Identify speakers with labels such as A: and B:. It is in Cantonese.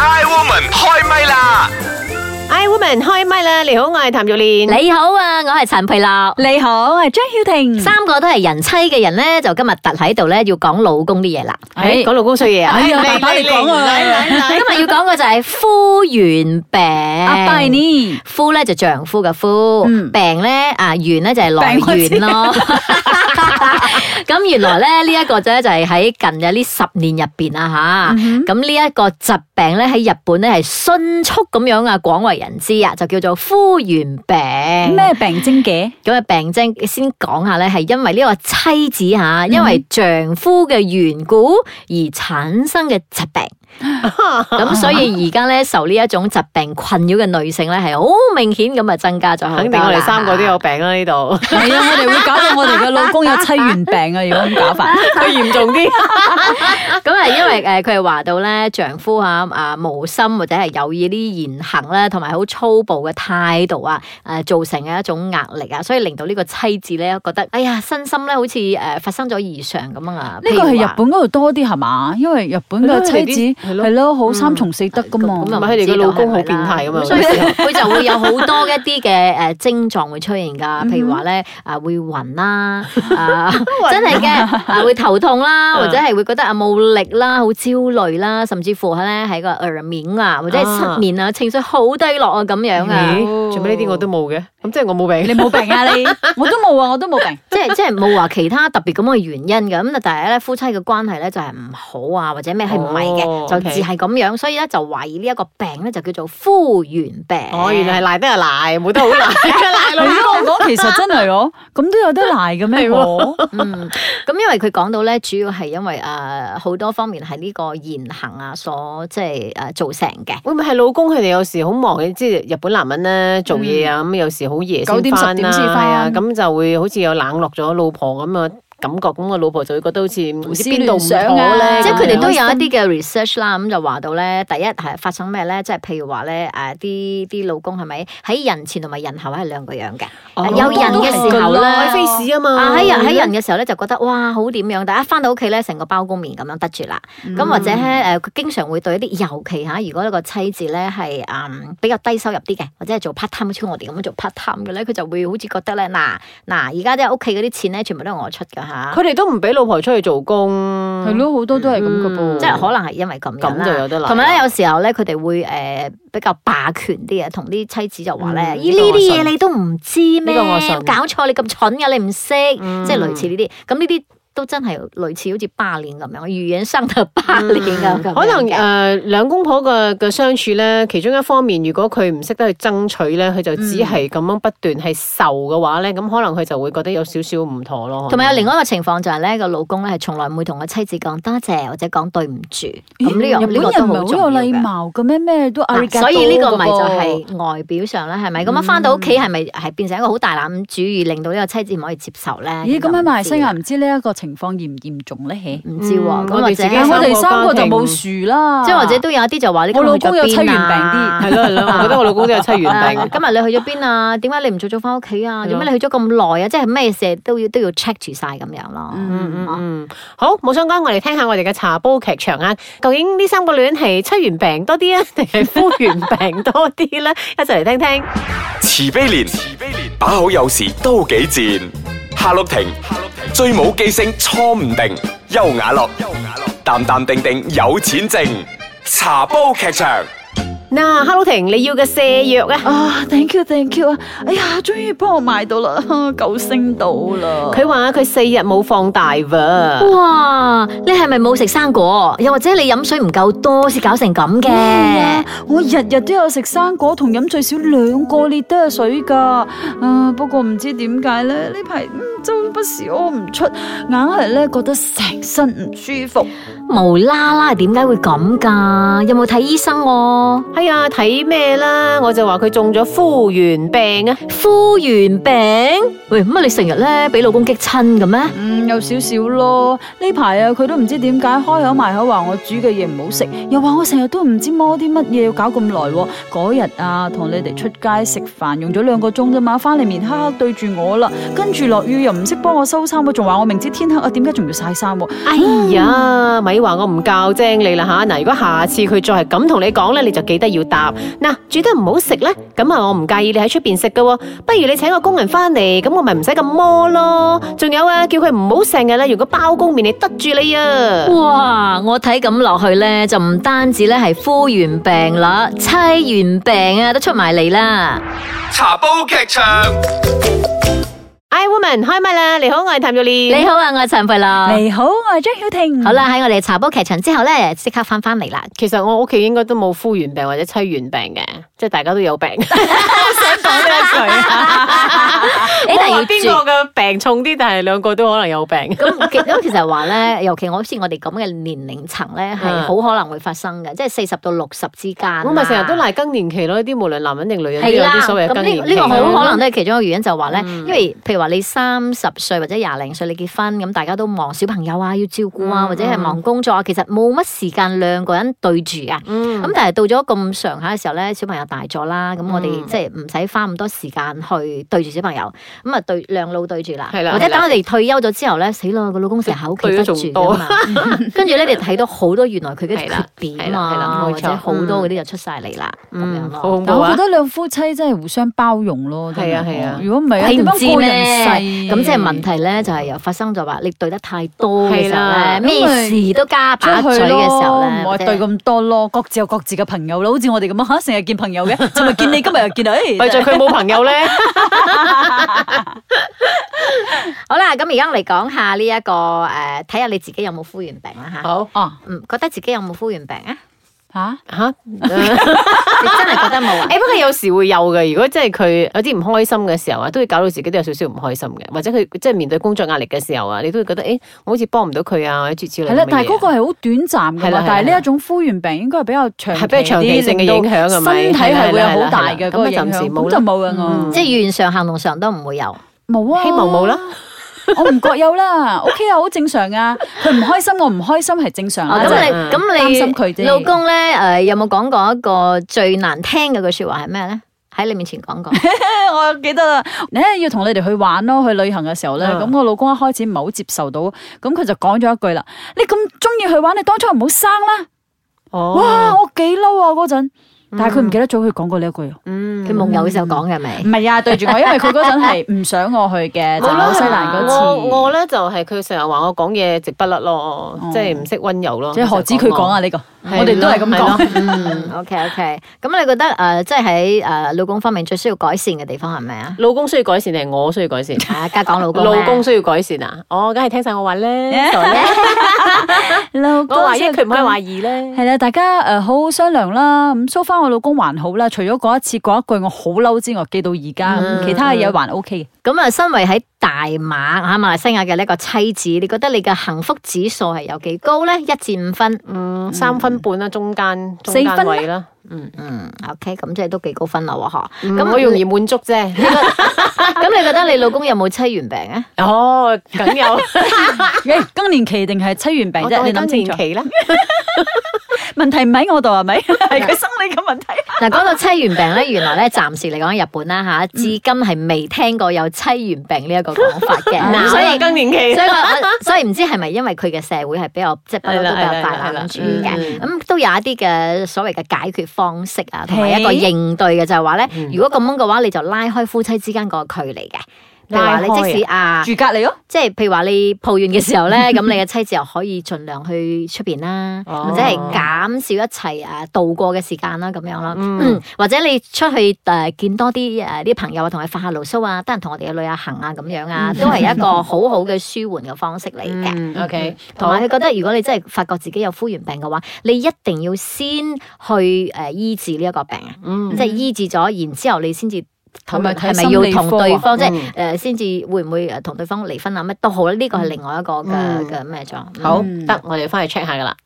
A: I Woman 開唛啦！
B: I Woman 開唛啦！你好，我係譚玉蓮。
C: 你好啊，我係陳佩樂。
D: 你好，我係張曉婷。
C: 三個都係人妻嘅人咧，就今日突喺度咧，要講老公啲嘢啦。
D: 哎
B: 誒，講老公衰嘢啊！
D: 哎呀
B: 嚟
D: 爸爸你講啊
B: 嚟嚟嚟
C: 今日要講嘅就係夫源病。
D: 阿啊拜呢？
C: 夫咧就丈夫嘅夫，
D: 嗯
C: 病咧啊源咧就係來源 咯。咁原來咧呢一個咧就係喺近嘅呢十年入邊
D: À, 嗯
C: 啊吓，咁呢一個疾病咧喺日本咧係迅速咁樣啊廣為人知啊，就叫做夫源病。
D: 咩病徵嘅？
C: 咁嘅啊病徵先講下咧，係因為呢個妻子
B: 嗯
C: 嚇，因為丈夫嘅緣故而產生嘅疾 病。咁所以而家咧受呢一種疾病困擾嘅女性咧，係好明顯咁啊增加咗好多
B: 肯定我哋
C: 啦
B: 三個都有病啦呢度，
D: 係啊，我哋會搞到我哋嘅老公有妻源病啊！如果咁搞法，
B: 佢嚴重啲。
C: 咁啊，因為誒佢係話到咧，丈夫啊啊無心或者係有意呢啲言行咧，同埋好粗暴嘅態度啊，誒、造成嘅一種壓力啊，所以令到呢個妻子咧覺得，哎呀，身心咧好似誒、發生咗異常咁樣啊。
D: 呢個係日本嗰度多啲係嘛？因為日本嘅妻子
B: 係咯
D: 係咯，好三從四德噶嘛。
C: 咁啊
B: 哦咪佢哋個老公好變態咁樣
C: 所以佢就會有好多一啲嘅 誒症狀會出現
B: 嗯
C: 㗎，譬如話咧啊會暈啦， 啊真係嘅啊會頭痛啦，
B: 嗯
C: 或者係會覺得啊冇力啦、好焦慮啦，甚至乎咧喺個耳面啊，或者係失眠啊、情緒好低落啊咁樣啊，
B: 咦做咩呢啲我都冇嘅？咁即係我冇
D: 你
B: 病。
D: 冇病啊你？我都冇啊，我都冇病。
C: 即係即係冇話其他特別咁嘅原因嘅，咁但係咧夫妻嘅關係咧就係唔好啊，或者咩係唔係
B: 哦
C: 嘅，就
B: OK
C: 只係咁樣，所以咧就懷疑呢一個病咧就叫做夫源病。
B: 哦，原來係賴得係賴，冇得好賴，賴
D: 你
B: 老公。
D: 我講其實真係哦，咁都有得賴嘅咩？
B: 係喎
D: 我
C: 嗯，咁因為佢講到咧，主要係因為誒好、多方面係呢個言行啊，所即係誒造成嘅。
B: 會唔會係老公佢哋有時好忙嘅？即係日本男人咧做嘢啊，咁有時好夜
D: 九
B: 先
D: 點
B: 翻
D: 十點先
B: 啦，
D: 返
B: 係啊，咁就會好似有冷落咗老婆咁嘅感覺，咁個老婆就會覺得好似唔知
D: 思
B: 邊度唔
D: 亂想
B: 妥
D: 啊
B: 咧，
C: 即係佢哋都有
B: 咁樣
C: 一啲嘅 research 啦，咁就話到咧，第一係發生咩咧？即係譬如話咧，誒啲啲老公係咪喺人前同埋人後係兩個樣嘅？
B: 哦
C: 有人嘅時候
D: 都係㗎
C: 咧，
D: 啦
B: 擺 face 啊嘛，
C: 啊喺人喺人嘅時候咧，就覺得哇好點樣，但係一翻到屋企咧，成個包公面咁樣得住啦。咁或者咧誒，佢經常會對一啲，尤其嚇，如果呢個妻子咧係嗯比較低收入啲嘅，或者係做 part time，好似我哋咁樣做 part time 嘅咧，佢就會好似覺得咧嗱嗱，而家啲屋企嗰啲錢咧，全部都係我出㗎嚇
B: 佢，哋都唔俾老婆出去做工，
D: 係咯，好多都係咁嘅
B: 嗯
D: 噃。
C: 即係可能係因為咁樣
B: 咁就有
C: 啦。
B: 得賴。
C: 同埋咧，有時候咧，佢哋會誒比較霸權啲嘅，同啲妻子就話咧：
B: 嗯
C: 咦呢啲嘢你都唔知
B: 呢
C: 咩？
B: 個我信
C: 搞錯你咁蠢嘅，你唔識，
B: 嗯
C: 即係類似呢啲。咁呢啲都真係類似好似霸凌咁樣，語言上嘅霸凌啊咁樣嘅。
B: 可能誒、呃、兩公婆嘅嘅相處咧，其中一方面，如果佢唔識得去爭取咧，佢就只
C: 嗯
B: 係咁樣不斷係受嘅話咧，咁、可能佢就會覺得有少少唔妥咯。
C: 同埋有另
B: 外
C: 外一個情況就係咧，個老公咧係從來唔會同個妻子講多謝或者講對唔住，
D: 咦
C: 咁呢樣
D: 日
C: 呢個
D: 本人
C: 都
D: 唔
C: 好
D: 係
C: 重要
D: 好有禮
C: 嘅。
D: 貌嘅咩？咩都阿
C: 嗱所以呢個咪就係外表上咧，係咪咁啊？翻到屋企係咪係變成一個好大男主義，令到呢個妻子唔可以接受咧？
D: 咦，咁喺馬來西亞
C: 唔啊
D: 唔知呢一個情況嚴唔嚴重咧？嘿，
C: 唔知喎，
B: 嗯
C: 咁
B: 我
C: 或
B: 哋
C: 者
B: 自己
D: 但啊我
C: 即
D: 哋三個就冇樹啦，
C: 係或者都有一啲就話你
D: 我老公有
C: 妻
D: 妻
C: 源
D: 源病 啲
B: 係咯係咯，我覺得我老公都有妻源
C: 啊
B: 病。
C: 今日你去咗邊啊？點解你唔早早翻屋企啊？
B: 係咯
C: 點解你去咗咁耐啊？即係咩事都要都要 check 住晒咁樣咯。
B: 嗯嗯
C: 啊
B: 嗯，好，冇相干，我哋聽下我哋嘅茶煲劇場啊，究竟呢三個戀係妻源病多啲啊， 定係夫源病多啲咧？一齊嚟聽聽。
A: 慈悲蓮，慈悲蓮，把口有時都幾賤。夏綠庭，夏綠庭，最冇記性錯唔定。優雅樂，優雅樂，淡淡定定有錢剩。茶煲劇場。
B: 嗱，Hello 婷，你要嘅瀉藥啊！
D: 啊，thank you，thank you 啊！哎呀，終於幫我買到啦， 救星到啦！
B: 佢話佢四日冇放大喎。
C: 哇！你係咪冇食生果？又或者你飲水唔夠多先搞成咁嘅？
D: 嗯啊我日日都有食生果同飲最少兩個 l 都 t 水㗎，啊不過唔知點解咧呢排嗯周不時屙唔出，硬係咧覺得成身唔舒服。
C: 無啦啦，點解會咁噶？有冇睇醫生喎、
B: 哎呀，睇咩啦？我就話佢中咗夫源病啊！
C: 夫源病，喂，乜你成日咧俾老公激親嘅咩？
D: 嗯，有少少咯。呢排啊，佢都唔知點解開口埋口話我煮嘅嘢唔好食，又話我成日都唔知摸啲乜嘢要搞咁耐喎。嗰日啊，同你哋出街食飯用咗兩個鐘啫嘛，翻嚟面黑黑對住我啦，跟住落雨又唔識幫我收衫喎，仲話我明知天黑啊，點解仲要曬衫喎？
B: 哎呀，咪話我唔教精你啦吓！嗱，如果下次佢再係咁同你講咧，你就記得要答。嗱，煮得唔好食咧，咁啊我唔介意你喺出邊食噶喎。不如你請個工人翻嚟，咁我咪唔使咁摸咯。仲有啊，叫佢唔好成日咧，如果包公面你得住你啊！
C: 哇！我睇咁落去咧，就唔單止咧係夫源病啦，妻源病啊都出埋嚟啦。
A: 茶煲劇場。
B: I woman 開唛啦！你好，我係譚玉蓮。
C: 你好啊，我係陳慧樂。
D: 你好，我係張曉婷。
C: 好，啦，喺我哋茶煲劇場之後咧，即刻翻翻嚟啦。
B: 其實我屋企應該都冇夫源病或者妻源病嘅，即係大家都有病。
D: 想講呢一句
C: 你
B: 我話邊個嘅病重啲，但係兩個都可能有病。
C: 咁其咁其實話咧，尤其我好似我哋咁嘅年齡層咧，係
B: 嗯
C: 好可能會發生嘅，即係四十到六十之間啦。
B: 我咪成日都賴更年期咯，呢啲無論男人定女人都
C: 啊係
B: 有
C: 啦，
B: 啲所謂嘅
C: 咁
B: 更
C: 呢
B: 年
C: 呢
B: 期啊嗯
C: 個
B: 啦。
C: 好可能都係其中一個原因，就係話咧，因為譬如話你三十歲或者廿零歲你結婚，咁大家都忙小朋友啊，要照顧啊，
B: 嗯
C: 或者係忙工作啊，其實冇乜時間兩個人對住啊。
B: 嗯
C: 咁但係到咗咁上下嘅時候咧，小朋友大咗啦，咁我哋
B: 嗯
C: 即係唔使花咁多時間去對住小朋友，咁啊對兩老對住啦，
B: 係啦
C: 或者
B: 係啦
C: 等我哋退休咗之後咧，死咯個老公成日喺屋
B: 對得
C: 企
B: 仲
C: 得住
B: 多
C: 啊嘛， 跟住咧你睇到好多原來佢嘅
B: 係
C: 缺
B: 啦係
C: 點
B: 啦係
C: 啊
B: 啦，冇
C: 或者
B: 錯
C: 好多嗰啲就出晒嚟啦，咁樣
B: 嗯，
C: 咯
B: 好。恐怖
D: 但我覺
B: 啊！
D: 得兩夫妻真係互相包容咯。真
B: 係啊係啊
D: 如果唔係，
C: 你
D: 點
C: 唔
D: 樣
C: 知
D: 過人世
C: 咩？咁即係問題咧，就係又發生咗話你對得太多嘅
B: 係
C: 時候
B: 啦
C: 咧，咩事都加把
D: 出
C: 嘴
D: 去
C: 嘅
D: 咯
C: 時候咧，
D: 唔係
C: 或者
D: 對咁多咯，各自有各自嘅朋友咯，好似我哋咁啊嚇，成日見朋友嘅，尋日見你，今日又見你，
B: 為咗佢冇朋友咧，
C: 好啦，咁而家我嚟講下呢一個誒，睇下你自己有冇膚源病啦 吓。
B: 好
D: 啊
C: 嗯，覺得自己有冇膚源病啊？
D: 嚇，
B: 吓。
C: 你真係覺得冇啊？
B: 誒，不過有時會有嘅。如果即係佢有啲唔開心嘅時候啊，都會搞到自己都有少少唔開心嘅，或者佢即係面對工作壓力嘅時候啊，你都會覺得誒、欸我好似幫唔到佢啊，或者諸此類咁嘅
D: 係
B: 嘢。
D: 啦，但係嗰個係好短暫㗎
B: 係啦係
D: 嘛
B: 啦，
D: 但係呢一種呼源病應該係比較長
B: 係比較長期性嘅影響係
D: 令
B: 咪
D: 到身體係會有
B: 係啦係啦係
D: 好大
B: 啦
D: 嘅嗰個影響，
B: 咁就暫時冇
D: 咁
B: 啦
D: 就冇啊我
B: 嗯
C: 即係語言上、行動上都唔會有。
D: 冇啊，
B: 希望 冇啦。
D: 我唔覺有啦，OK 啊，好正常啊，佢唔開心，我唔開心係正常
C: 哦，
D: 啦。
C: 咁
D: 真係
B: 嗯
C: 你
D: 擔心佢
C: 咁你
D: 啫
C: 老公咧誒有冇講過一個最難聽嘅句説話係咩咧？喺你面前講過。
B: 哎
D: 我記得啦，咧要同你哋去玩咯，去旅行嘅時候咧，
B: 嗯
D: 咁我老公一開始唔係好接受到，咁佢就講咗一句啦：你咁中意去玩，你當初唔好生啦！
B: 哦
D: 哇，，我幾嬲啊嗰陣，但係佢唔記得咗佢講過呢一句，唔
B: 嗯
C: 佢夢遊嘅時候講嘅係咪？
D: 係啊，對住我，因為佢嗰陣係唔想我去嘅，就
B: 冇啦
D: 紐西蘭嗰
B: 我
D: 次，
B: 我咧就係佢成日話我講嘢直不甩咯，即係唔識温柔咯。
D: 即係何止佢講啊呢個，
B: 係咯，
D: 我哋都係咁
B: 係
D: 講。
B: 咯。
C: 嗯，OK OK，咁你覺得誒、呃即係喺誒老公方面最需要改善嘅地方係咪啊？
B: 老公需要改善定係我需要改善？
C: 啊，家講 老公
B: 老公
C: 咧
B: 需要改善啊！我梗係聽晒我話咧，傻咧
D: 老
B: 我
D: 公
B: 話一佢唔可以
D: 咁
B: 話二咧。
D: 係啦，大家誒好好商量啦。咁 so far 我老公還好啦，除咗嗰一次嗰一句我好嬲之外，記到而家，
B: 嗯
D: 咁其他嘅嘢還 OK 嘅。
C: 咁啊，身為喺大馬嚇馬來西亞嘅呢一個妻子，你覺得你嘅幸福指數係有幾高咧？一至五分，
B: 嗯，三分半啦，中間中
D: 四分
B: 間位啦。嗯，
C: 嗯，OK，咁即係都幾高分啦喎，嗬。啊
B: 咁嗯我容易滿足啫。
C: 咁你覺得你老公有冇妻源病 啊？
B: 哦，梗有，
D: 誒更年期定係妻源病
B: 我
D: 啫？
B: 當
D: 你
B: 你
D: 諗
B: 更
D: 清楚
B: 年。期啦。
D: 問題唔喺我度係咪？係佢生理嘅問題。
C: 嗱，講到妻源病咧，原來咧暫時嚟講日本啦嚇，至今係未聽過有妻源病呢一個講法 嘅。
B: 嗱，
C: 咁
B: 所以更年期
C: 所。以我我所以唔知係咪因為佢嘅社會係比較即係不嬲都比較大男主
B: 係啦嗯係啦
C: 嘅，
B: 係啦
C: 咁都有一啲嘅所謂嘅解決方式啊，同埋一個
D: 係
C: 應對嘅就係話咧，
B: 嗯
C: 如果咁樣嘅話，你就拉開夫妻之間個距離嘅。譬如話
B: 拉開啊
C: 你即使啊，
D: 住隔離咯，
C: 即係譬如話你抱怨嘅時 候咧，咁你嘅妻子又可以盡量去出邊啦，
B: 哦
C: 或者係減少一齊啊度過嘅時間啦，咁樣咯。
B: 嗯
C: 嗯，或者你出去誒、呃、見多啲誒啲朋友啊，同佢發下牢騷啊，得閒同我哋去旅下行啊，咁樣啊，都係一個好好嘅舒緩嘅方式嚟嘅。
B: 嗯，OK，
C: 同埋佢覺得，如果你真係發覺自己有膚源病嘅話，你一定要先去誒醫治呢一個病啊，
B: 嗯
C: 即係醫治咗，然之後你先至討
D: 係咪
C: 論
D: 睇
C: 係咪要同對方，即
B: 心理科啊
C: 係誒先至會唔會誒同對方離婚啊？乜都好啦，呢個係另外一個嘅
B: 嗯
C: 嘅咩咗。
B: 好
D: 嗯
B: 得，我哋翻去 check 下噶啦。